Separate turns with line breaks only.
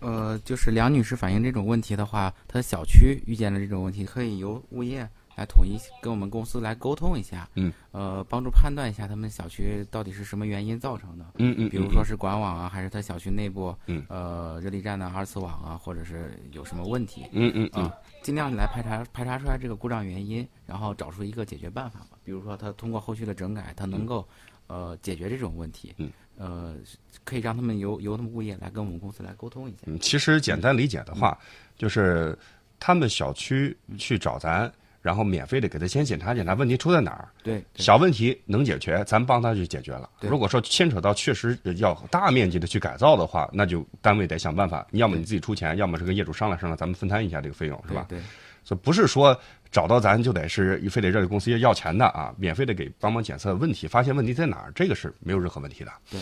呃，就是梁女士反映这种问题的话，她的小区遇见了这种问题，可以由物业来统一跟我们公司来沟通一下，
嗯，
呃，帮助判断一下他们小区到底是什么原因造成的，
嗯嗯，
比如说是管网啊，还是他小区内部，
嗯，
呃，热力站呐、二次网啊，或者是有什么问题
嗯嗯嗯
啊，尽量来排查排查出来这个故障原因，然后找出一个解决办法吧。比如说，他通过后续的整改，他能够呃解决这种问题，
嗯，
呃，可以让他们由由他们物业来跟我们公司来沟通一下。
嗯，其实简单理解的
嗯
话，就是他们小区去找咱，然后免费的给他先检查检查问题出在哪儿，
对，对
小问题能解决，咱帮他去解决了。
对
如果说牵扯到确实要大面积的去改造的话，那就单位得想办法，要么你自己出钱，要么是跟业主商量商量，咱们分摊一下这个费用，是
对
吧？
对，
所以不是说找到咱就得是非得热力公司要钱的啊，免费的给帮忙检测问题，发现问题在哪儿，这个是没有任何问题的。
对